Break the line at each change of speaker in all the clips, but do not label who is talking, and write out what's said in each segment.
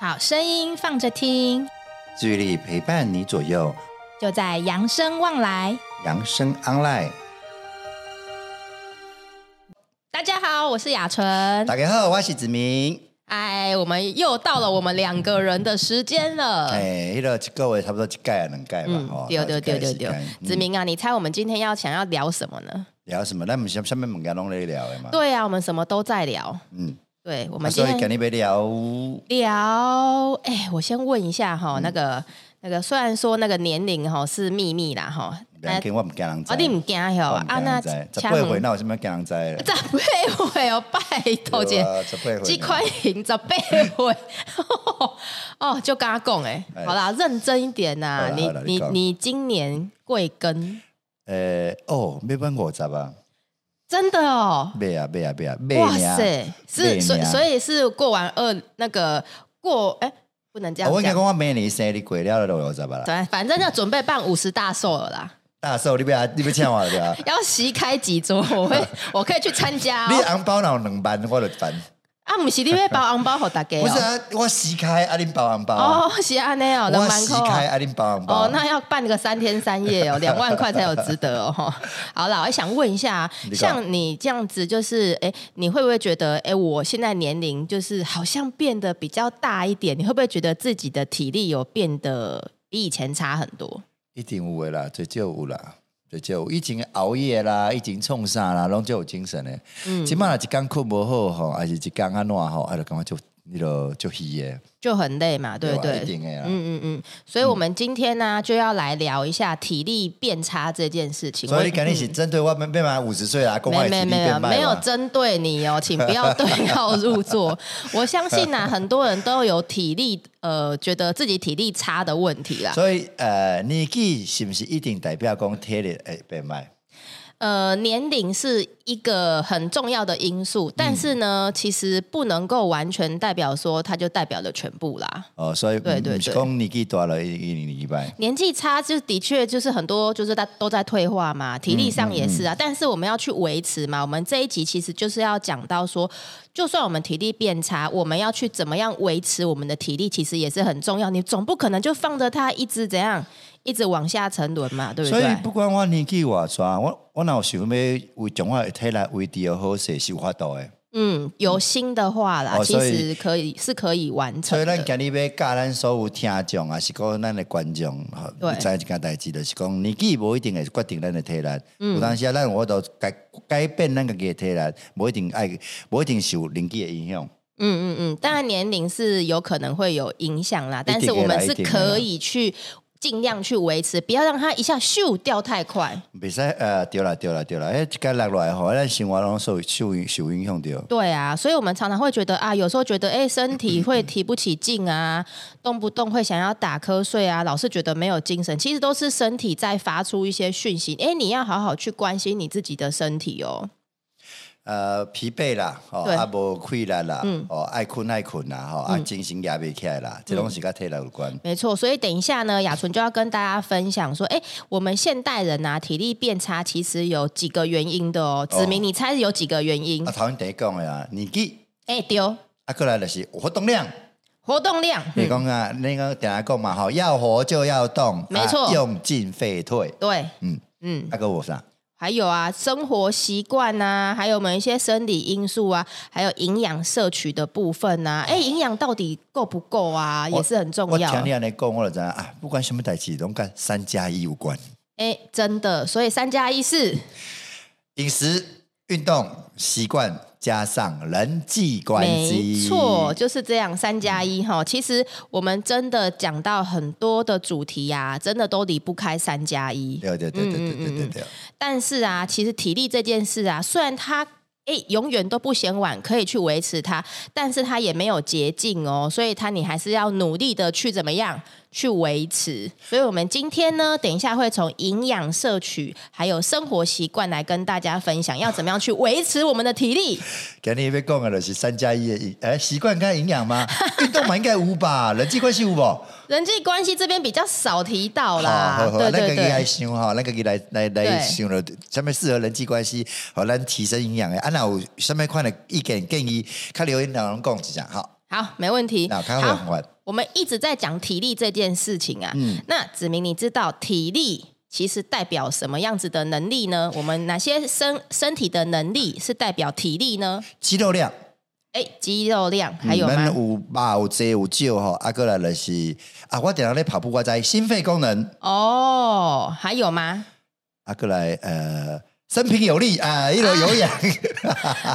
好声音放着听，
治愈力陪伴你左右，
就在扬声望来。
扬声 online。
大家好，我是雅纯。
大家好，我是子明。
哎，我们又到了我们两个人的时间了。嗯
哎，迄个一个月差不多一届啊，两届吧，吼。
丢丢
差
丢丢
不多一届
丢
一届，嗯
子明啊，你猜我们今天要想要聊什么呢？
聊什么？咱们下下面物件拢在聊的嘛。
对啊，我们什么都在聊。
嗯，
对，我
啊
们今
所以
天
今日要聊，
聊，哎，我先问一下
嗯
哈，那个那个，虽然说那个年龄哈是秘密啦哈，
不要紧，我唔惊人知。
啊，你唔惊哟
我
啊？
不怕
那
人知十八岁那有什么惊人知的？
十八岁哦，拜托姐
对，啊十八岁呢
几块银十八岁， 哦，就跟他讲哎，
哎
好啦，认真一点呐
好，啦
你
好啦
你
你讲
你今年贵庚？
呃，哦，要满五十啊，
真的哦，
买啊买啊买啊，买
哇
尔
塞，
买啊
是
尔
所以所以是过完二那个过哎，不能这
哦
样
我应该
讲
讲，我明年生日过了就六十啊吧啦。
对，反正要准备办五十大寿了啦，
大寿你不要，你不要请我对吧？
要席开几桌，我 会我可以去参加
你啊
哦。
红包哪有两万，我就烦。
啊，不是你要包红包给大家
不是
哦，
啊，我撕开啊，恁包红包啊，
哦，是安尼哦，
我
蛮酷
撕
哦。
开啊，恁包红包啊。
哦，那要办个三天三夜 哦，两万块才有值得哦。哈好啦，我想问一下啊，
你讲
像你这样子，就是哎、你会不会觉得哎、我现在年龄就是好像变得比较大一点？你会不会觉得自己的体力有变得比以前差很多？
一定有的啦，最少有啦，最少有。以前熬夜啦，以前创啥啦，拢就有精神的。即满若一工困无好吼，还是一工安怎吼，哎，就感觉就你就就虚的，
就很累嘛，对不
吧
对？
啊一定的啦。
嗯嗯嗯，所以我们今天呢、就要来聊一下体力变差这件事情。
所以你
我
肯定是针对我们变满五十岁啦，公
没
外体
没
力
没有
变慢
没有
嘛
针对你哦，请不要对号入 座。我相信啊， 很多人都有体力呃，觉得自己体力差的问题啦。
所以呃，年纪是不是一定代表讲体力会变慢？
呃，年龄是一个很重要的因素，但是呢，其实不能够完全代表说它就代表了全部啦。
哦，所以
对对
不是
对
讲年纪大了一一年一半。
年纪差就的确就是很多就是在都在退化
嗯
嘛，体力上也是啊。但是我们要去维持嘛，我们这一集其实就是要讲到说，就算我们体力变差，我们要去怎么样维持我们的体力，其实也是很重要。你总不可能就放着它一直怎样，一直往下沉沦嘛，对不
所以
对？
不管我年纪偌大，我我若有想要为将我的体力维持得好势是有法度的。
嗯，有心的话啦，
哦
其
所以
实可以是可以完
所以
成
咱
的。
今日要教咱所有听众啊，是讲咱的观众，吼
对
你知一件代志，就是讲年纪无一定会决定咱的体力。
嗯
有当时啊，咱我都改改变咱家己的体力，无一定爱，无一定受年纪的影响。
嗯嗯嗯，当然年龄是有可能会有影响啦，但是我们是
一定的啦
可以去尽量去维持，不要让它一下咻掉太快。
袂使呃，对啦对啦对啦，迄一间落落来吼，咱生活拢受受影受影响着。
对啊，所以我们常常会觉得啊，有时候觉得哎、身体会提不起劲啊，动不动会想要打瞌睡啊，老是觉得没有精神，其实都是身体在发出一些讯息。哎、你要好好去关心你自己的身体哦。
呃，疲惫啦，吼、
对嗯
啊无气力啦，哦爱困爱困啦，吼、啊精神也袂起来啦，这拢是甲体力有关。
没错，所以等一下呢，雅纯就要跟大家分享说，哎、我们现代人啊，体力变差其实有几个原因的哦。子明，你猜有几个原因
啊，？头先第一讲的啊，年纪，
哎、丢，
啊，过来就是活
嗯
动量。
活动量。
你
嗯
讲啊，那个等下讲嘛，吼，要活就要动，
没错
啊用进废退。
对，
嗯，
嗯。
那个我啥？
还有啊，生活习惯啊，还有我们一些生理因素啊，还有营养摄取的部分啊，哎，营养到底够不够啊，也是很重
哦我
要。
听你安尼讲，我就知道啊，不管什么代志，拢跟三加一有关。
哎，真的，所以三加一是
饮食、运动、习惯，加上人际关
没
系，
错，。就是这样，三加一哈。其实我们真的讲到很多的主题啊，真的都离不开三加一。
对对对对对对对
嗯嗯嗯
对，
但是啊，其实体力这件事啊，虽然它诶永远都不嫌晚，可以去维持它，但是它也没有捷径哦，所以它你还是要努力的去怎么样去维持。所以我们今天呢，等一下会从营养摄取还有生活习惯来跟大家分享，要怎么样去维持我们的体力。
今日要讲的就是三加一的饮，哎，习惯跟营养吗？ 运动嘛应该有吧，人际关系有无？
人际关系这边比较少提到啦，
好好好，
对
那
对
个来
对。
想哈，那个来来来
对
想了，什么适合人际关系，好咱提升营养的。啊，那有什么款的意见建议，看留言让人讲一下哈。
好，没问题。
那看看
好
缓
我们一直在讲体力这件事情啊。
嗯
那子明，你知道体力其实代表什么样子的能力呢？我们哪些身身体的能力是代表体力呢？
肌肉量，嗯
哎，肌肉量还有
咱
吗？
有肉有肌有少吼，啊，过来就是啊，我顶下咧跑步，我知心肺功能，
哦，还有吗？
啊，过来呃，生平有力啊，一楼有氧，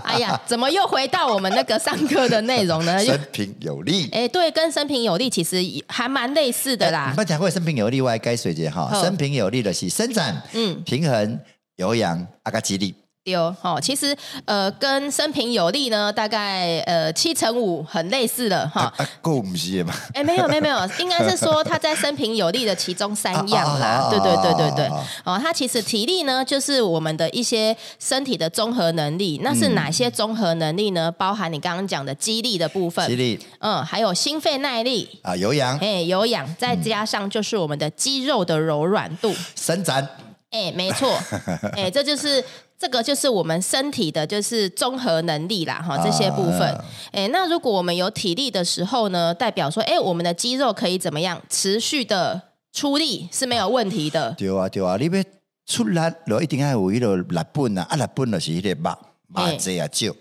哎 呀，怎么又回到我们那个上课的内容呢？就
生平有力。
哎，对，跟生平有力其实也还蛮类似的啦
哎你。捌听过生平有力，我该水节哈，
好
生平有力就是伸展、
嗯，
平衡、有氧、啊个肌力。
丢哦，其实呃，跟生平有力呢，大概呃七成五很类似的哈
啊。啊，够唔是的嘛？
哎、没有没有没有，应该是说他在生平有力的其中三样啦。
啊啊啊啊啊
对对对对对
啊啊啊，
哦，他其实体力呢，就是我们的一些身体的综合能力。那
嗯
是哪些综合能力呢？包含你刚刚讲的肌力的部
肌
分，
力
嗯，还有心肺耐力。
啊，有氧、
哎，有氧，再加上就是我们的肌肉的柔软度，
伸展、
哎，没错，哎，这就是这个就是我们身体的，就是综合能力啦，哈，这些部分
啊。
哎、那如果我们有体力的时候呢，代表说，哎，我们的肌肉可以怎么样持续的出力是没有问题的。
对啊，对啊，你要出力，就一定要有迄个日本啊，啊，日本就是迄个肉肉质啊少，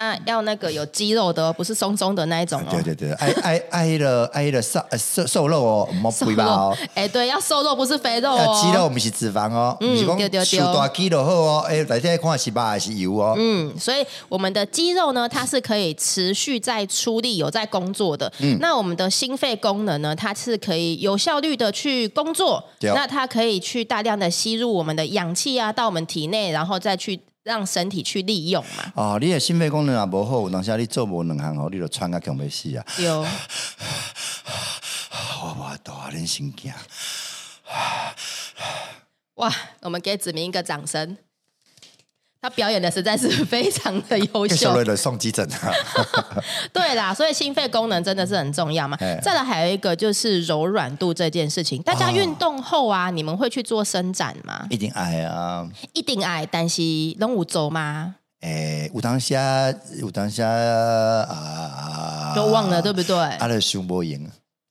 哎、啊，要那个有肌肉的哦，不是松松的那一种哦。
对对对，爱爱爱迄个爱迄个瘦呃瘦瘦肉哦，莫
瘦
肥肉
肉
哦。，
哎、对，要瘦肉不是肥肉
啊
哦，，
肌肉。不是脂肪哦，
嗯
不是
对对对
讲瘦大肌就好哦。哎，大家看是肉还是油哦？
嗯，所以我们的肌肉呢，它是可以持续在出力、有在工作的。那我们的心肺功能呢，它是可以有效率的去工作。
对哦
那它可以去大量的吸入我们的氧气啊，到我们体内，然后再去让身体去利用嘛。
哦，你的心肺功能也无好，有当时你做无两项哦，你就喘啊强要死啊！
有，
我我大恁心惊，
哇，我们给子明一个掌声。他表演的实在是非常的优
接下
秀
来，就送急诊啊！
对啦，所以心肺功能真的是很重要嘛
哎。
再来还有一个就是柔软度这件事情，大家
哦
运动后啊，你们会去做伸展吗？
一定爱啊！
一定爱，但是拢有做吗？
诶，有当下，有当下啊，
都忘了，对不
不
对？
啊，就想无用，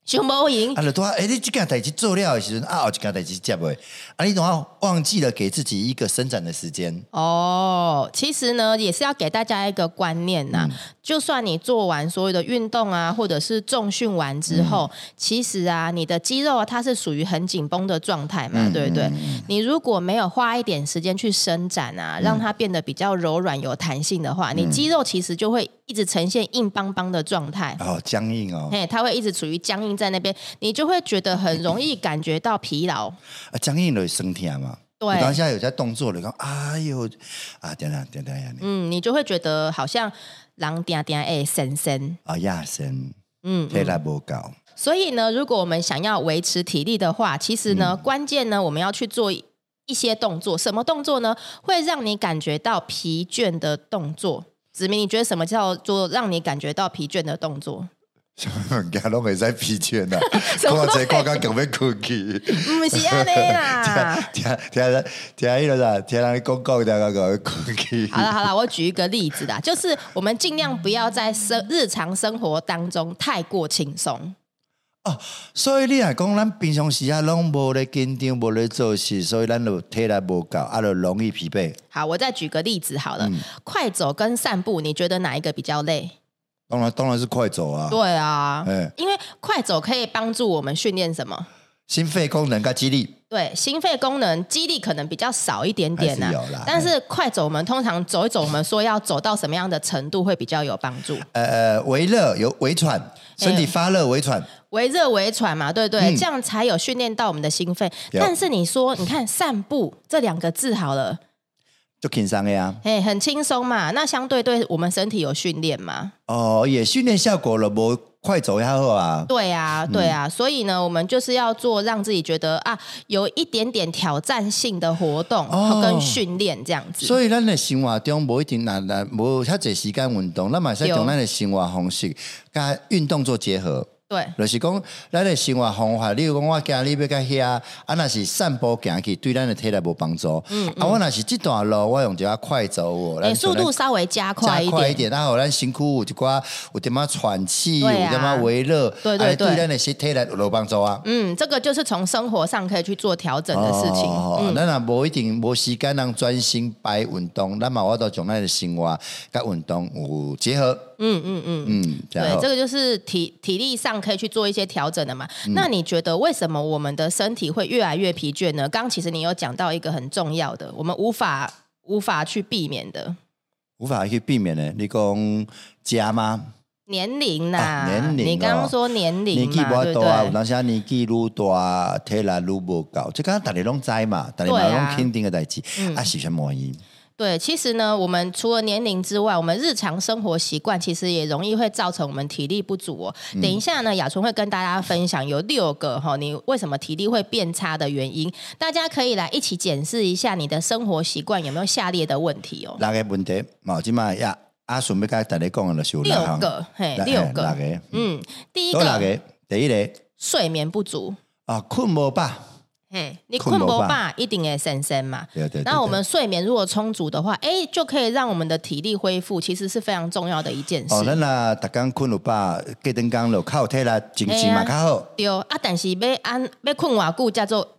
熊猫赢
啊，就多诶，你这件代志做了的时阵，啊，后一件代志接袂，啊，你总要忘记了给自己一个伸展的时间。
哦，其实呢，也是要给大家一个观念呐、
嗯
就算你做完所有的运动啊，或者是重训完之后，
嗯
其实啊，你的肌肉啊它是属于很紧绷的状态
嗯
嘛，对不对？你如果没有花一点时间去伸展
嗯
啊，让它变得比较柔软、有弹性的话，你肌肉其实就会一直呈现硬邦邦的状态。
哦，僵硬哦，
嘿，它会一直处于僵硬在那边，你就会觉得很容易感觉到疲劳。
啊，僵硬就是酸痛嘛。
对
有当下有在动作了，讲哎呦，啊，点点点点点，
嗯，你就会觉得好像狼嗲嗲哎森森。
啊，亚神，
嗯，
体力无够。
所以呢，如果我们想要维持体力的话，其实呢，关键呢，我们要去做一些动作。什么动作呢？会让你感觉到疲倦的动作。子明，你觉得什么叫做让你感觉到疲倦的动作？
物件拢袂使疲倦啦，
什么
看者看到强要困去，
嗯不是啊 安尼啦。
听听人听迄个啥，听人咧讲讲，听讲讲要困去。
好了好了，我举一个例子啦，就是我们尽量不要在生日常生活当中太过轻松。
所以你若讲咱平常时啊，拢无咧紧张，无咧做事，所以咱就体力无够，啊，就容易疲惫。
好，我再举个例子好了，快走跟散步，你觉得哪一个比较累？
当然，当然是快走啊，
对啊，
哎
因为快走可以帮助我们训练什么？
心肺功能甲肌力。
对，心肺功能、肌力可能比较少一点点啊
还是有啦哎
但是快走，我们通常走一走，我们说要走到什么样的程度会比较有帮助？
呃呃，微热有微喘，身体
哎
发热微喘，
微热微喘嘛，对不对？这样才有训练到我们的心肺。
嗯有
但是你说，你看散步这两个字好了，
就轻松的啊。
哎，很轻松嘛，那相对对我们身体有训练嘛？
哦，也训练效果了，无快走还好啊。
对啊，对啊，所以呢，我们就是要做让自己觉得啊，有一点点挑战性的活动、
哦
跟训练这样子。
所以咱的生活中无一定若若无遐侪时间运动，咱嘛使
对
用咱的生活方式甲运动做结合。
对，
就是讲咱的生活方法，例如讲我今日要到遐，啊若是散步行去，对咱的体力无帮助。啊我若是这段路，我用一下快走哦，
哎，
咱
嗯速度稍微加快
加
一
快
点
一，点，然后咱身躯有一寡有点仔喘气，有
对啊
点仔微热，
对对
啊
对
对咱的身体力有帮助啊。
嗯，这个就是从生活上可以去做调整的事情。嗯
哦，咱若无一定无时间通专心摆运动，咱嘛我都将咱的生活甲运动有结合。嗯嗯嗯嗯，这样
对，
好
这个就是体体力上可以去做一些调整的嘛。
嗯
那你觉得为什么我们的身体会越来越疲倦呢？刚其实你有讲到一个很重要的，我们无法无法去避免的
无法去避免的。你讲食吗？
年龄呐、
啊年龄哦
你刚刚说年龄
年纪
嘛，对
无
不
大啊，有
对？
当时啊年纪愈大，体力愈无够，这个大家拢知嘛，大家嘛
对
拢
啊
肯定的代志，啊是什么原因？
对，其实呢，我们除了年龄之外，我们日常生活习惯其实也容易会造成我们体力不足哦。等
嗯
一下呢，雅纯会跟大家分享有六个哈、你为什么体力会变差的原因，大家可以来一起检视一下你的生活习惯有没有下列的问题哦。
六个问题，嘛即嘛呀，阿顺要甲大家讲的就是有
六
项，
个，嘿，
六
六
嘿
个，
六个，
嗯，第一
都六
个
个，第一个
睡眠不足，
啊，困无饱，
嘿，你
困
困
不
不
饱
饱一定也神神嘛。
对对对，
那我
对
们睡眠如果充足的话，哎，就可以让我们的体力恢复，其实是非常重要的一件事。
哦，咱若逐工困有饱，隔顿工就较有体力，精神嘛
嘿
较好，
对啊，但是要安要困偌久叫做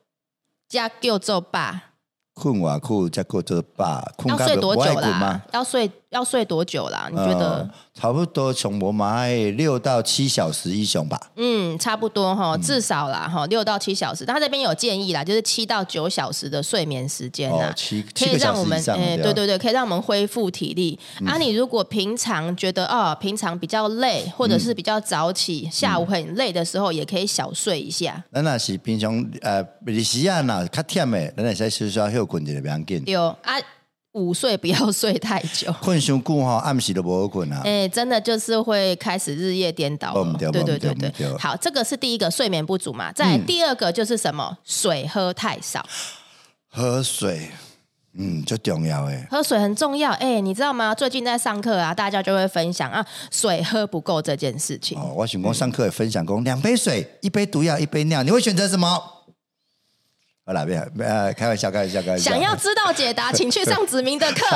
叫叫做吧，
困偌久才够做饱，困
要睡
到
多
不
久
爱困嘛
啦？？要睡要睡多久啦？你觉
呃
得？
差不多从无嘛要六到七小时以上吧。
嗯，差不多哈，至少啦哈，六到七小时。但他这边有建议啦，就是七到九小时的睡眠时间
哦
啦，。
七
可
七
以
个小
让我
时
们
以上，啊嗯
哎
吧
对对对，可以让我们恢复体力。啊，你如果平常觉得哦，平常比较累，或
嗯
者是比较早起，下午很累的时候，也可以小睡一下。
咱若是平常呃，日时啊，若较忝的，咱会使小小休困一下，袂要紧。
对啊，午睡不要 睡太久。
困伤久吼，暗时都无好困啊。
哎、真的就是会开始日夜颠倒了
忘不掉
对
忘
对
不掉
对
忘不
对
掉。嗯
好，这个是第一个睡眠不足嘛，再来第二个就是什么？水喝太少，
喝水，嗯，最重要诶。
喝水很重要。哎、你知道吗？最近在上课啊，大家就会分享啊，水喝不够这件事情。
哦，我想讲上课也分享讲，两杯水，一杯毒药，一杯尿，你会选择什么？好啦，别呃，开玩笑，开玩笑，开玩笑。
想要知道解答，请去上子明的 课。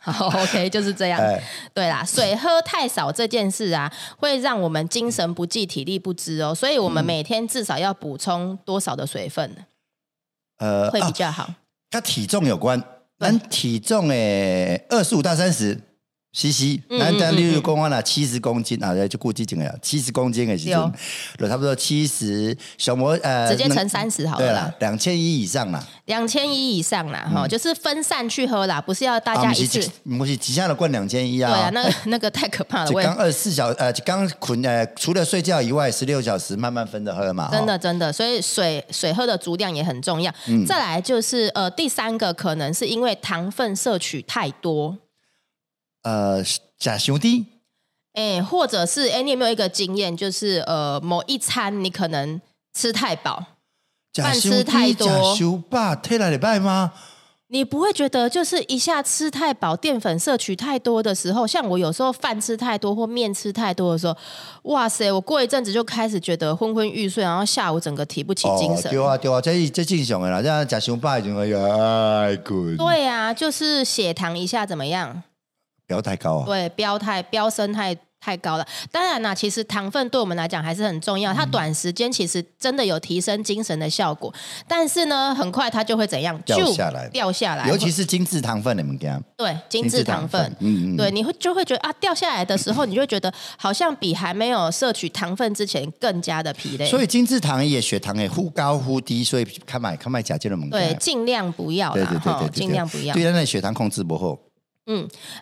好，OK，就是这样。
哎
对啦，水喝太少这件事啊，会让我们精神不济、体力不支哦，所以我
嗯
们每天至少要补充多少的水分，
呃，
会比
啊
较好。
跟体重有关，咱体重诶二十五到三十 CC，
嗯
咱
嗯
咱
嗯
例如讲我啦七十公斤啊，就估计怎个呀，七十公斤诶时
对
阵
哦，
就差不多七十小魔呃，
直接
两
乘三十好
对
了
啦
啦，，
两千一以上啦，
两千一以上啦，哈、就是分散去喝啦，不是要大家
嗯啊不
一
是
次。
不是几下的灌两千一
对啊
啊，，
那个 那个太可怕了，
就
我也
刚二十四小呃，就刚困呃，除了睡觉以外，十六小时慢慢分着喝嘛，
真
哦
的真的，所以水水喝的足量也很重要。
嗯
再来就是呃，第三个可能是因为糖分摄取太多，
呃，假兄弟
哎、或者是哎、你有没有一个经验，就是呃，某一餐你可能吃太饱，
假
饭吃
兄
太
弟
多
假休爸，退来礼啊拜吗？
你不会觉得就是一下吃太饱，淀粉摄取太多的时候，像我有时候饭吃太多或面吃太多的时候，哇塞，我过一阵子就开始觉得昏昏欲睡，然后下午整个提不起精神。
对啊对啊，这这正常的啦，这样假熊爸已经哎呀，爱困，
对啊，就是血糖一下怎么样？
不要太高啊。
对，飙太飙升太太高了。当然啦，其实糖分对我们来讲还是很重
嗯
要，它短时间其实真的有提升精神的效果，但是呢，很快它就会怎样？
掉
就
下来
掉下来，
尤其是精致糖分的物件，
对精致糖分。
嗯嗯，
对，你会就会觉得啊，掉下来的时候，你就会觉得好像比还没有摄取糖分之前更加的疲累。
所以精致糖也血糖也忽高忽低，所以看买看买假这种物件，
对，尽量不要
啊对
啦
对，对
哈
对，，
尽量不要
对。咱的血糖控制不好。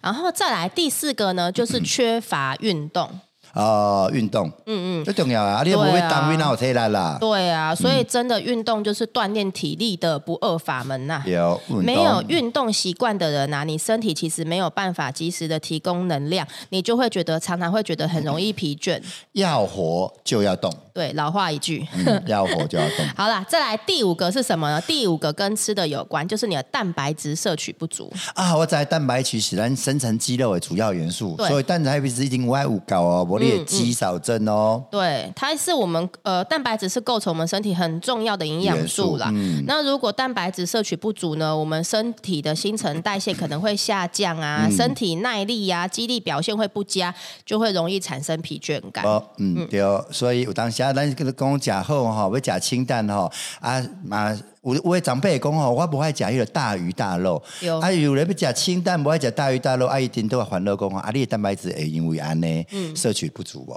然后再来第四个呢，就是缺乏运动。
哦，运动，嗯嗯，最重要啊！你也不会
对啊
当兵哪有体力啦？
对啊，所以真的运动就是锻炼体力的不二法门呐、
有运动
没有运动习惯的人啊，你身体其实没有办法及时的提供能量，你就会觉得常常会觉得很容易疲倦。
要活就要动，
对，老话一句。
嗯要活就要动。
好啦，再来第五个是什么呢？第五个跟吃的有关，就是你的蛋白质摄取不足。
啊，我知道蛋白质是咱生成肌肉的主要元素，
对
所以蛋白质一定有爱有够哦，无你你的肌少症哦。
对，它是我们呃蛋白质是构成我们身体很重要的营养素嗯啦。那如果蛋白质摄取不足呢，我们身体的新陈代谢可能会下降啊，身体耐力呀、肌力表现会不佳，就会容易产生疲倦感。
哦，嗯，对，所以有当时啊，咱跟讲食好吼，要食清淡吼，啊嘛，有有的长辈会讲吼，我无爱食迄个大鱼大肉
对，
啊有人要食清淡，无爱食大鱼大肉，啊一定都会烦恼讲吼，啊你的蛋白质会因为安尼摄取不足哦，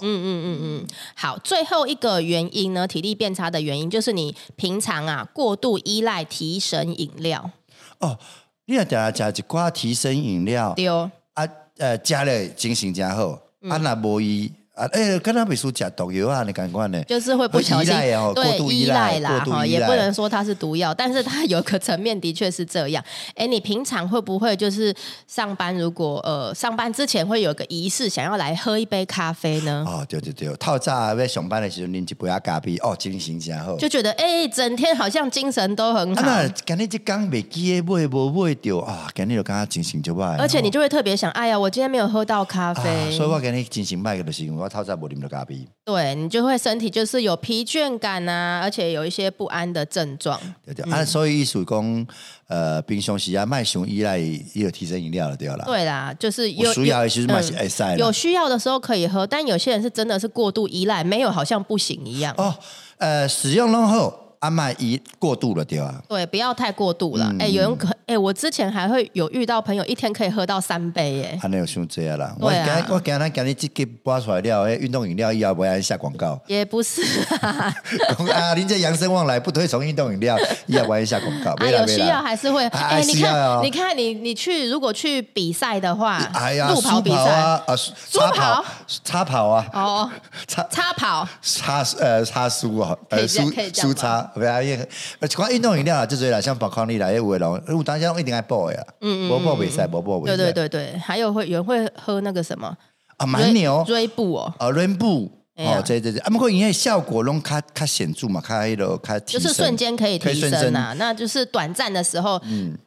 好，最后一个原因呢，体力变差的原因就是你平常啊过度依赖提神饮料。
哦，你若定定食一寡提神饮料，
对哦，
啊呃，食了精神真好，
嗯
啊若无伊。啊，哎，敢若袂输食毒药啊，你感觉呢？
就是会不小心
会依赖哦过
对
度
依
依赖
啦，
过度
哈，
依
也不
赖
能说它是毒药，但是它有个层面的确是这样。哎，你平常会不会就是上班？如果呃上班之前会有个仪式，想要来喝一杯咖啡呢？
哦，对对对，透早啊要上班的时候，啉一杯啊咖啡，哦，精神真好。
就觉得哎，整天好像精神都很好，
啊，那今日即工袂记诶买无买着啊，今日就感觉精神就歹。
而且你就
就
会特别想，哎呀，我今天没有喝到咖啡，
哦啊，所以我今日精神歹个就是因为我透早无啉着咖啡，
对你就会身体就是有疲倦感啊，而且有一些不安的症状。
对对。
嗯
啊，所以意思讲，呃，平常时啊，卖上依赖伊个提神饮料了，对啦。
对啦，就是
有
有嗯
需要的时候嘛是会使
有
啦。
需要的时候可以喝，但有些人是真的是过度依赖，没有好像不行一样。
哦，呃，使用拢好，啊，卖伊过度了，对啊。
对，不要太过度了。
嗯
哎、有人可哎、我之前还会有遇到朋友一天可以喝到三杯耶、
安尼有伤济啊啦，我
对
今
啊
我今日今日即个播出来了，迄运动饮料以后袂安下广 告，
也不是啊，
讲啊，恁这养生旺来不推崇运动饮料，以后袂安下广告，
啊
袂啦
有
袂
需要
啦。
还是会。
啊
哎、你
需要
看，
哦
你看，你你去如果去比赛的话，
哎呀，
路跑
速
比赛、
啊，啊，插
跑
跑，插跑啊，
哦，
插
插跑，
插呃插输啊，
可
呃
以这样
输
可以这样
输
吧
插，不要也，呃，光运动饮料啊，就最啦，像宝矿力啦，也有的人，有当时我一定爱报的啦，嗯嗯，无报比赛，无报比赛，
对对，对对，还有会有人会喝那个什么
啊，蛮牛，
追步哦，
啊，软布。
哎呀
哦，对对对，啊，不过因为效果拢较较显著嘛，较迄落较提
就
升
是瞬间可以提
瞬
升
间
啊，那就是短暂的时候，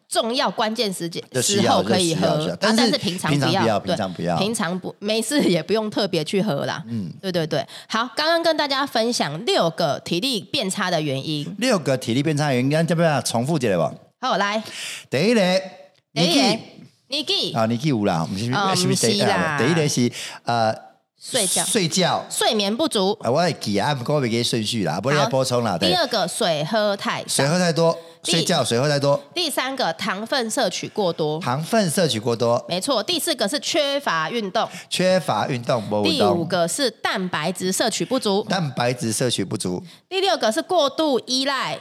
重要关键时间
就需
时
要
候可以
就需
喝
要需要
啊
但是
是平常
平常不要
对
平常不要
平常不没事也不用特别去喝啦。嗯，对对对。好，刚刚跟大家分享六个体力变差的原因。
六个体力变差的原因，咱这边啊重复一下吧。
好，来，
第一个，
第
年
一个
纪
Niki
啊，年纪有啦，不是
啊
是不是第一
不是啦
啊第一个是呃
睡觉
睡觉。
睡眠不足。
啊，我会记啊，不过我袂记顺序啦，不然
好
要补充啦。
第
对，
二个水喝太少
水，喝太多，
第
睡觉水喝太多，
第三个糖分摄取过多，
糖分摄取过多，
没错。第四个是缺乏运动，
缺乏运动，不运
第五
动，
个是蛋白质摄取不足，
蛋白质摄取不足，
第六个是过度依赖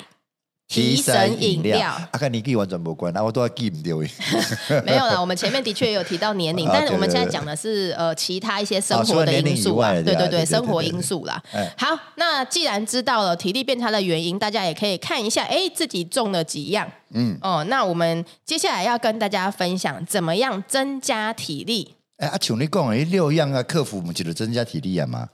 提神饮料。
啊，跟年纪完全无关，啊，我都要记唔掉诶。
没有啦，我们前面的确也有提 到年龄，
啊
但是我们
对对
现在
对
讲的是呃其他一些生
啊除
活
了
的
年龄
因
以
素啊，
外的
对
啊
对
对
对，
对
生活
对对
因素啦
哎。
好，那既然知道了体力变差的原因，大家也可以看一下，哎，自己中了几样。嗯，哦，那我们接下来要跟大家分享怎么样增加体力
哎，啊，像你讲诶，那六样啊，克服，毋就是增加体力啊嘛？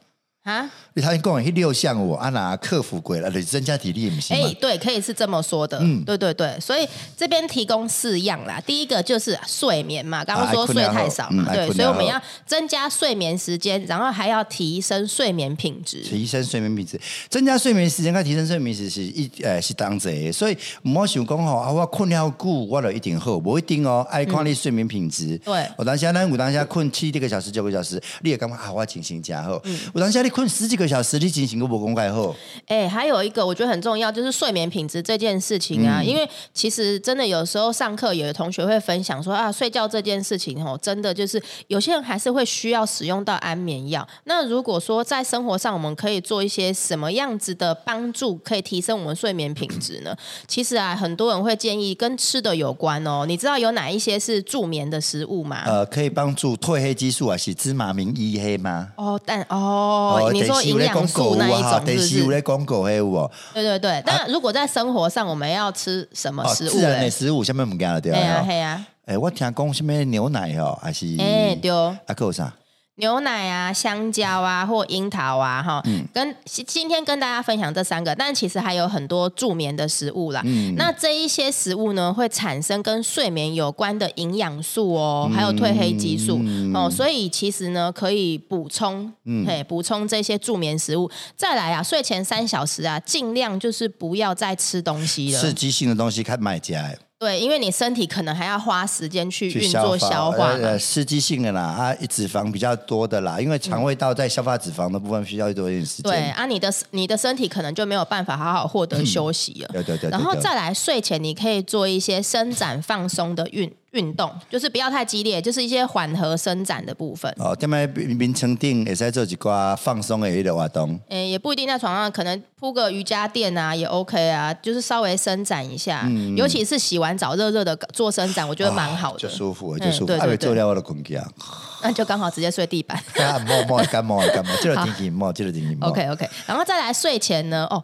啊？
你头先讲诶，那六项我啊，哪克服过了，就是增加体力，毋是
哎、
嘛？嗯
对，可以是这么说的，对对对，所以这边提供四样啦。第一个就是啊睡眠嘛，刚刚
啊
说
爱困
睡
了
太
后
少嘛，
嗯爱
对，
困
所以
了
我们
后
要增加睡眠时间，然后还要提升睡眠品质。
提升睡眠品质，增加睡眠时间，甲提升睡眠时是一呃是同齐的，所以毋好想讲吼啊，我困了久，我就一定好，无一定哦，爱看你睡眠品质。
嗯对
有当下咱有当下困七个小时、九个小时，你也感觉啊，我精神真好。
嗯
有当下啊你困十几个小时，你精神都无讲介好。
哎、还有一个我觉得很重要，就是睡眠品质这件事情
嗯
啊，因为其实真的有时候上课有的同学会分享说啊，睡觉这件事情哦，真的就是有些人还是会需要使用到安眠药。那如果说在生活上我们可以做一些什么样子的帮助，可以提升我们睡眠品质呢？其实啊，很多人会建议跟吃的有关哦。你知道有哪一些是助眠的食物吗？
呃，可以帮助褪黑激素啊，是芝麻明一黑吗？
哦，但哦，你说
电视有
营
咧
养
讲狗
素那一
有啊
种
电
是
视
不
有
是？
咧讲狗黑有无？哦
对对对，但如果在生活上，我们要吃什么
啊哦，
食物
自然
嘞
的？食物，下面唔干了对
哎呀
啊
哎。呀，
哎，我听讲什么牛奶哦，还是
哎对哦
啊，还有啥？
牛奶啊、香蕉啊或樱桃啊，哈，
嗯
跟今今天跟大家分享这三个，但其实还有很多助眠的食物啦。
嗯
那这一些食物呢，会产生跟睡眠有关的营养素
嗯
哦，还有褪黑激素、哦，所以其实呢，可以补充，
嗯
嘿，补充这些助眠食物。再来啊，睡前三小时啊，尽量就是不要再吃东西了，
刺激性的东西看买家
对，因为你身体可能还要花时间去
去
运作消化嘛。
呃，刺激性的啦，啊，脂肪比较多的啦，因为肠胃道在消化脂肪的部分需要多一点时
嗯对
间。
啊，你的你的身体可能就没有办法好好获得休息了。
对对对对
然后
对
再来睡前，你可以做一些伸展放松的运运动，就是不要太激烈，就是一些缓和伸展的部分。
哦，踮咧眠床顶会使做一寡放松的迄个活动。
嗯，也不一定在床上，可能铺个瑜伽垫啊，也 OK 啊，就是稍微伸展一下，尤其是洗完澡热热的做伸展，我觉得蛮好的
哦就，舒服，
嗯
就舒服。
对对
啊，
对
未做了我就困去啊。
那就刚好直接睡地板。
啊，莫莫感冒感冒，这个天气莫，这个天气莫。
啊 OK OK，然后再来睡前呢，哦，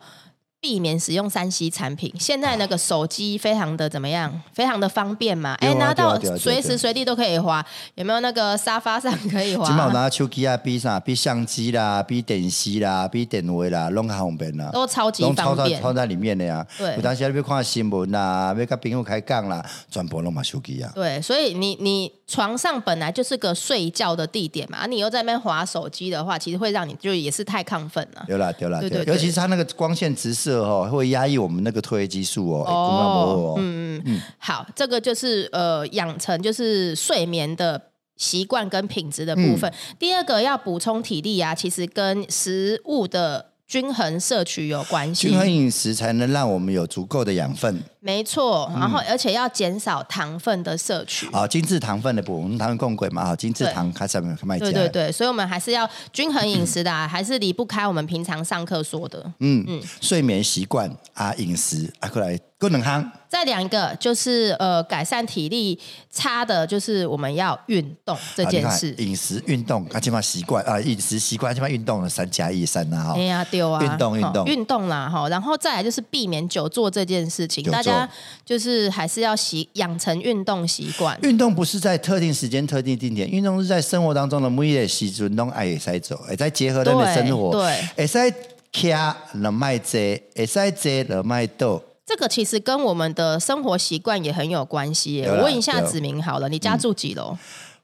避免使用三 C 产品。现在那个手机非常的怎么样？非常的方便嘛，
对
哎、
啊
拿到
对啊对啊对啊
随时随地都可以滑，有没有那个沙发上可以
起码
滑？
拿手机啊，比啥？比相机啦，比电视啦，比电话啦，拢较方便啦。
都超级
拢
方
抄在
便，
抄在里面的呀、
对
有当时要看新闻啦，要跟朋友开讲啦，全部拢嘛手机啊。
对，所以你你床上本来就是个睡觉的地点嘛，啊你又在那边滑手机的话，其实会让你就也是太亢奋了。
对啦，对啦，
对
对
对
啦，
对
尤其是它那个光线直射哦，会压抑我们那个褪黑激素哦，会感到不好哦，
嗯嗯，好，这个就是呃，养成就是睡眠的。习惯跟品质的部分，
嗯
第二个要补充体力啊，其实跟食物的均衡摄取有关系。
均衡饮食才能让我们有足够的养分。
没错，然后而且要减少糖分的摄取。
嗯好、啊精致糖分的补，我们糖分共轨嘛，啊好，精致
对
糖它上面卖价。
对对对，所以我们还是要均衡饮食的、啊，还是离不开我们平常上课说的。
嗯，睡眠习惯啊，饮食啊，过来过两行
再两个就是呃，改善体力差的，就是我们要运动这件
啊
事
你。看饮食、运动啊，起码习惯啊，饮食习惯，起码运动了三加一三啊，哈
哎。呀，丢啊！
运动运
哦
动
运动啦，哈，然后再来就是避免久坐这件事情，
久
大
坐
家就是还是要习养成运动习惯。
运动不是在特定时间、特定地点，运动是在生活当中的每一个时阵拢爱会使做，会再结合咱的生活，
对
会使徛了卖坐，会使坐了卖倒。
这个其实跟我们的生活习惯也很有关系耶。
有啦
我问一下
有
子明好了，你家住几楼？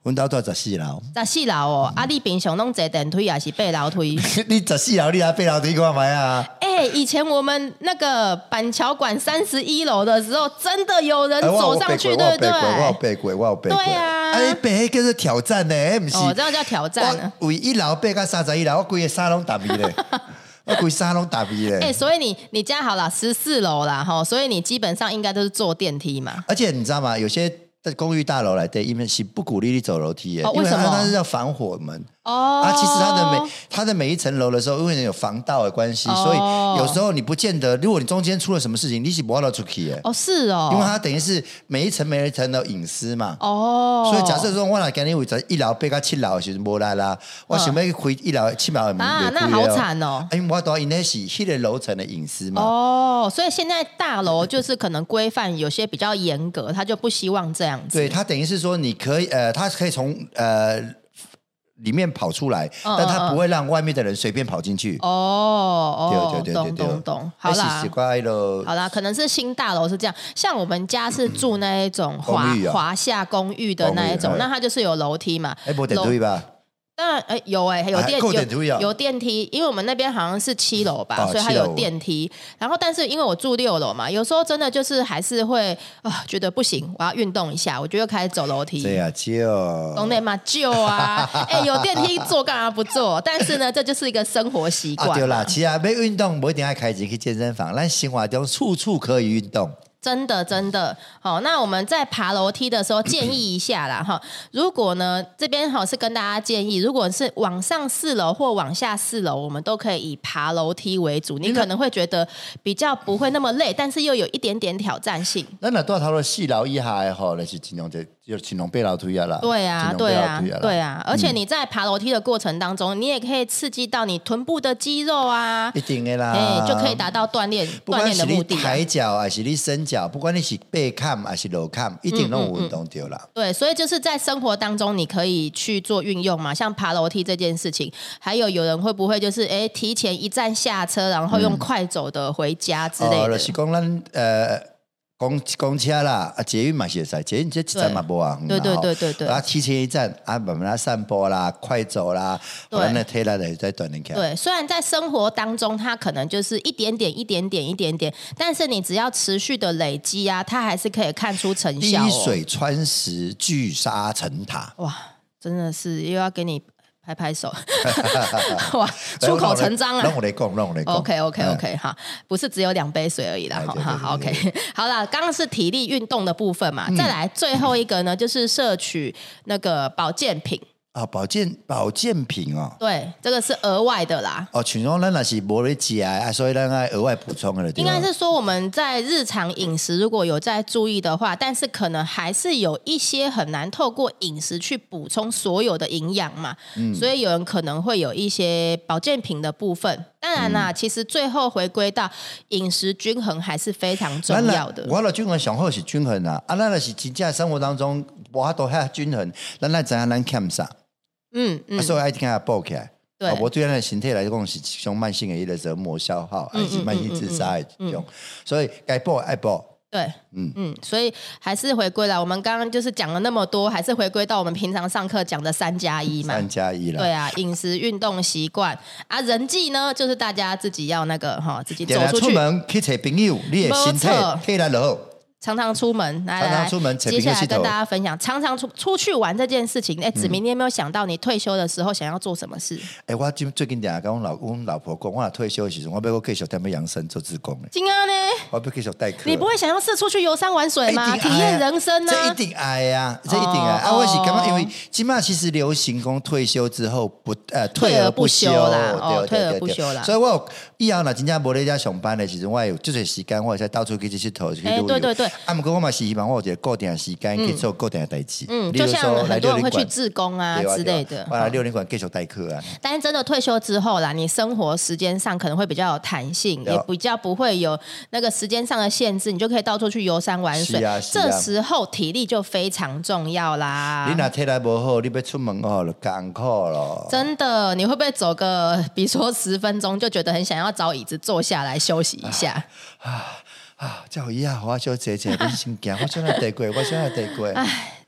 阮兜住十四楼，
在四楼
嗯
哦。啊，你平常拢坐电梯还是背楼梯？
你十四楼你也爬楼梯看卖啊？
哎、以前我们那个板桥馆三十一楼的时候，真的有人
哎我有
嗯走上
爬过
去，
我
对
有
不对
爬？过我有爬过，我有爬过。
对啊
哎，爬迄叫做挑战呢，哎，毋是。
哦，这样叫挑战啊。
我为一楼爬到三十一楼，我规个衫拢打皮 咧，我规衫拢打皮
哎、
咧。
所以你你家好啦，十四楼啦，哈，所以你基本上应该都是坐电梯嘛。
而且你知道吗？有些在公寓大楼来对，因为是不鼓励你走楼梯耶，
哦
因
为什么
它它是要防火门。
哦
啊，其实它的每它的每一层楼的时候，因为有防盗的关系，
哦
所以有时候你不见得，如果你中间出了什么事情，你是不要出去耶，
哦是
因为
哦，
它等于是每一层每一层的隐私嘛。
哦，
所以假设说，我来今日有在一楼爬到七楼的时候无来啦，我想要开一楼七楼的门
啊
就开
那好
了
惨哦
因为我到因那是迄个楼层的隐私嘛。
哦，所以现在大楼就是可能规范有些比较严格，他就不希望这样子。
对，它等于是说，你可以呃，它可以从呃里面跑出来，
嗯
但它
嗯
不会让外面的人随便跑进去。哎
哦哦，
对对对对
懂
对，
懂懂，好啦
奇。怪咯。
好啦，可能是新大楼是这样，像我们家是住那一种华
公寓啊
华夏公寓的那一种
公，寓哎
那它就是有楼梯嘛。
哎，不得
楼
对吧？
当然，哎、有哎、有
啊
电
够
有
电梯啊
有电梯，因为我们那边好像是七楼吧，
哦
所以它
七楼
有电梯。然后，但是因为我住六楼嘛，有时候真的就是还是会啊，觉得不行，我要运动一下，我就又开始走楼梯。
这样就
懂内嘛就啊， 哎、有电梯坐干嘛不坐？但是呢，这就是一个生活习惯、
啊对啦，其实没运动不一定要开钱去健身房，咱生活中处处可以运动。
真
嗯
的真的，好、那我们在爬楼梯的时候建议一下啦，哈、如果呢这边好是跟大家建议，如果是往上四楼或往下四楼，我们都可以以爬楼梯为主，你可能会觉得比较不会那么累，但是又有一点点挑战性。
咱若带头的四楼以下的吼，就是尽量就就是青龙背老腿啊啦，
对啊，
很容易
对
老
啊
腿，啦嗯
对啊，而且你在爬楼梯的过程当中，你也可以刺激到你臀部的肌肉啊，
一定的啦，
哎，就可以达到锻炼
不
锻
管
炼
是
的
你
目的啊。
抬脚还是你伸脚，不管你是背砍还是楼砍，一
嗯
定拢有运动到啦。
对，所以就是在生活当中，你可以去做运用嘛，像爬楼梯这件事情，还有有人会不会就是哎提前一站下车，然后用快走的回家之类
嗯哦，
的
就，是讲咱呃公公车啦，啊捷运嘛是会使，捷运这一站嘛无啊远
对
啦，
对
吼
对对对
啊提前一站啊慢慢啊散步啦，快走啦，
对
把咱的体力会再锻炼起来。
对，虽然在生活当中，它可能就是一点点、一点点、一点点，但是你只要持续的累积啊，它还是可以看出成效、
滴
哦。
水穿石，聚沙成塔。
哇，真的是又要给你拍拍手， 哇， 出口成章啊！
让我来讲，让我来讲。
OK OK
嗯
OK 哈，不是只有两杯水而已啦
哎，
好
对对
好好
对
OK，好啦，刚刚是体力运动的部分嘛，再来最后一个呢，就是摄取那个保健品，
啊，保健保健品哦。
对，这个是额外的啦。
哦，群众咱若是无咧食的啊，所以咱爱额外补充的对
应
吧
该是说我们在日常饮食如果有在注意的话，但是可能还是有一些很难透过饮食去补充所有的营养嘛，所以有人可能会有一些保健品的部分。当然啦，其实最后回归到饮食均衡还是非常重
咱若
要的。
我若均衡上好是均衡啦，啊，咱若是真正生活当中无法度遐均衡，咱咱知影咱欠啥，
嗯嗯
啊，，所以爱听下补起来。
对
啊，我对咱的身体来讲是一种慢性的一个折磨消耗，还
嗯
是慢性自杀的一种，所以该补爱补。
对，
嗯
嗯嗯，所以还是回归了。我们刚刚就是讲了那么多，还是回归到我们平常上课讲的三加一嘛
三。加一啦
对，啊，饮食、运动习惯啊，人际呢，就是大家自己要那个哈，自己走
定定
出
出
去，
门去找朋友，你的身体
没错
体力就好。
常常出门，来
常常
来
出门扯
接下来
平衡系
跟
统
大家分享，常常出出去玩这件事情。哎，子
嗯
明，你有没有想到你退休的时候想要做什么事？
哎，我最最近定下跟我老我老婆讲，我若退休的时候，我要继续踮咧养生做志工的，
金安呢？
我要继续代课。
你不会想要是出去游山玩水吗？
一
哎
定爱啊
体验人生呢？
这一定爱啊，这一定爱啊！
哦
我是感觉，因为起码其实流行工退休之后不呃
退
退
而
而
不
不
休
休
啦哦
对对
退而
对
不
对
休啦
所以我有以后呢，真正无在家上班的时阵，我有这些时间，我会使到处去去佚佗去旅
哎
游。
对对对
啊，不过我嘛是希望我有一个固定的时间去做固定的代志，
嗯，
例
就
如
像
说来
很多
六
人
零
会去
馆
自工啊
对啊
之
对啊
类的。
我来六零馆继续代课啊。
但是真的退休之后啦，你生活时间上可能会比较有弹性，
对
也比较不会有那个时间上的限制，你就可以到处去游山玩水。
是啊是啊
这时候体力就非常重要啦
你。若体力无好，你要出门哦，就艰苦咯。
真的，你会不会走个，比如说十分钟，就觉得很想要找椅子坐下来休息一下？
啊，叫伊啊，我小姐姐，你先行，我先来地过，我先来地过。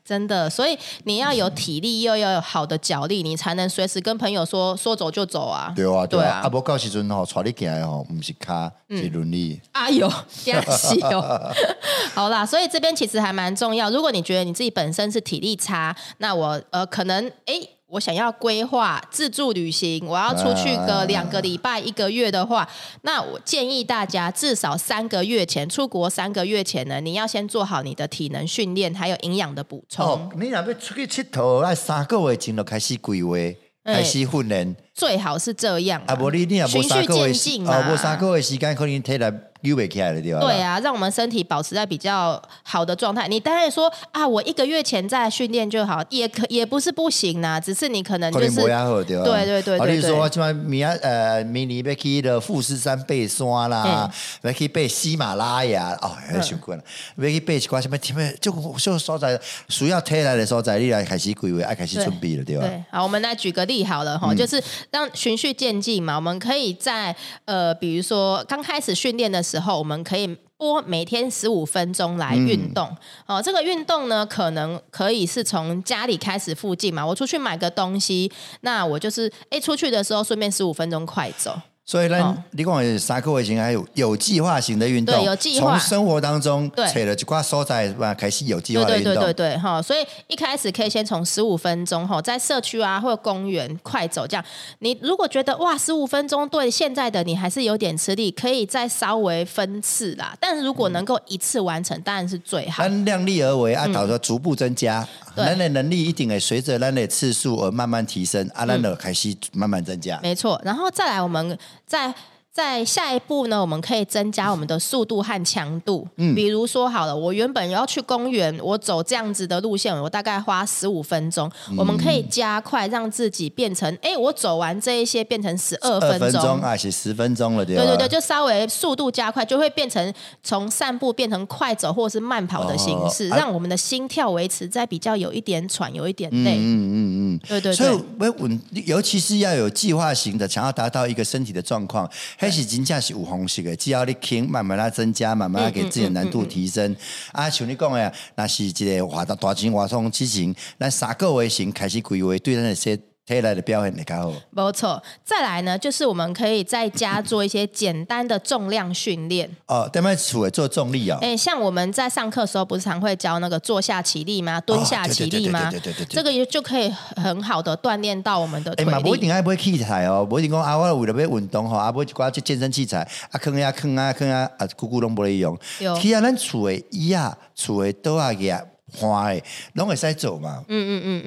真的，所以你要有体力，又要有好的脚力，你才能随时跟朋友说说走就走啊。
对啊，对
对
啊，啊，
啊。
无到时阵吼，带你行的吼，毋是骹是轮椅。
啊有惊喜哦！ 好啦，所以这边其实还蛮重要。如果你觉得你自己本身是体力差，那我呃可能诶，我想要规划自助旅行，我要出去个
啊
两个礼拜、一个月的话，那我建议大家至少三个月前出国，三个月前呢，你要先做好你的体能训练，还有营养的补充，
哦，你若要出去佚佗，啊，三个月前就开始规划，
哎
开始训练。
最好是这样
啊，无你你若无
循
三
序
个
渐
月
进
时，
嘛，
啊，无三个月时间，可能体力扭袂起来了，对吧？
对啊，让我们身体保持在比较好的状态。你当然说啊，我一个月前在训练就好，也可也不是不行啦，只是你可能
可
就
能
是
无遐好对吧？
对对对
啊，
对
你说
对
我即摆明仔呃明年要去的富士山爬山
嗯
啦，要去爬喜马拉雅，哦，还想过啦，
嗯
要去爬一寡什么什么，就就所在需要体力的所在，你来开始规划，爱开始
对
准备了，对吧？啊
对，好，我们来举个例好了哈，就是让循序渐进嘛。我们可以在呃，比如说刚开始训练的时候，我们可以播每天十五分钟来运动。哦，这个运动呢，可能可以是从家里开始附近嘛，我出去买个东西，那我就是哎出去的时候顺便十五分钟快走。
所以呢，
哦
你讲的三个月型还有有计划型的运动，
对有计划
从生活当中
对
扯了一挂所在，吧，开始有计划的
对
运
对
动。
对对对，哈，所以一开始可以先从十五分钟哈，在社区啊或者公园快走这样。你如果觉得哇，十五分钟对现在的你还是有点吃力，可以再稍微分次啦。但是如
嗯
果能够一次完成，当然是最好。嗯
咱量力而为，按啊导说逐步增加，
对
咱的能力一定会随着咱的次数而慢慢提升，啊，咱的开始慢慢增加。
没错，然后再来我们在。在下一步呢，我们可以增加我们的速度和强度。嗯，比如说好了，我原本要去公园，我走这样子的路线，我大概花十五分钟。
嗯
我们可以加快，让自己变成，哎、我走完这一些变成十二
二
分
分
钟
钟。啊，是十分钟了，对吧？
对对对，就稍微速度加快，就会变成从散步变成快走或是慢跑的形式，
哦啊
让我们的心跳维持在比较有一点喘、有一点累。
嗯嗯嗯。
对对
所以
对，
我稳，尤其是要有计划型的，想要达到一个身体的状况，还是真正是有红式的，只要你轻，慢慢来增加，慢慢来给自己的难度提
嗯
升。啊，像你讲的，那是一个活动大型活动之前，咱三个月型开始规划，对咱的些体来的表现会较好。
没错。再来呢，就是我们可以在家做一些简单的重量训练。
哦，踮摆厝诶做重力哦，
哎、像我们在上课的时候，不是常会教那个坐下起立吗？蹲下起立吗？
哦对对对对对对对
这个也就可以很好的锻炼到我们的
哎
腿
嘛，不一
力。
定爱买器材哦，不一定讲啊，我为了要运动吼，啊买一寡这健身器材，啊坑啊坑啊坑啊，啊久久拢无咧用。
对
去啊，咱厝的椅啊，厝的桌啊个换的，拢会使做嘛。嗯，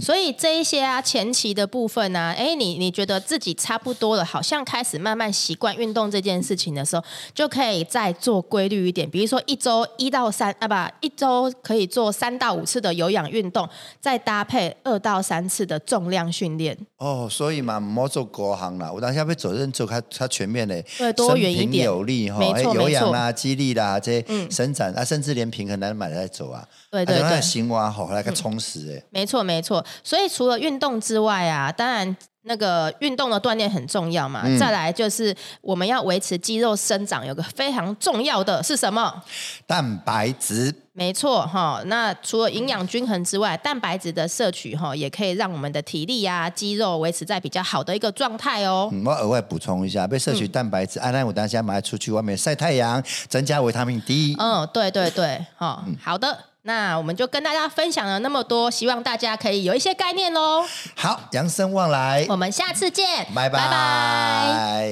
所以这一些啊，前期的部分呢、啊，哎、你你觉得自己差不多了，好像开始慢慢习惯运动这件事情的时候，就可以再做规律一点，比如说一周一到三啊，不，一周可以做三到五次的有氧运动，再搭配二到三次的重量训练。
哦，所以嘛，毋好做国行啦，有当下要做认做较较全面的，
对多元一
身
点
平有力吼，
没错
哎有
没错
氧啦、肌力啦，这伸展啊，甚至连平衡咱买来做啊。
对对
啊让咱
对
的
嗯
生活吼，来较充实诶。
没错，没错。所以除了运动之外啊，当然那个运动的锻炼很重要
嗯
嘛。再来就是我们要维持肌肉生长，有个非常重要的是什么？
蛋白质
没错，哈。那除了营养均衡之外，蛋白质的摄取哈，也可以让我们的体力啊、肌肉维持在比较好的一个状态哦。
嗯，我额外补充一下，被摄取蛋白质，安安我当下马上出去外面晒太阳，增加维他命 D。
嗯，对对对，哈，
嗯
好的。那我们就跟大家分享了那么多，希望大家可以有一些概念喽。
好，养生旺来，
我们下次见，
哦拜拜。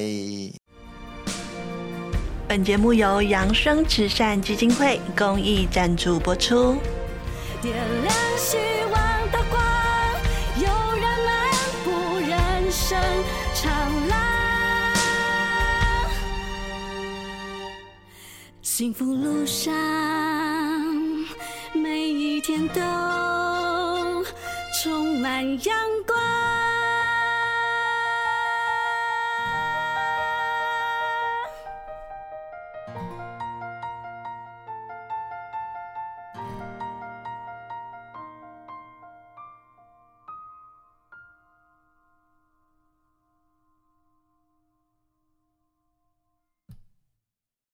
本节目由扬生慈善基金会公益赞助播出。
点亮希望的光，有人漫步人生长廊，幸福路上每一天都充满阳光。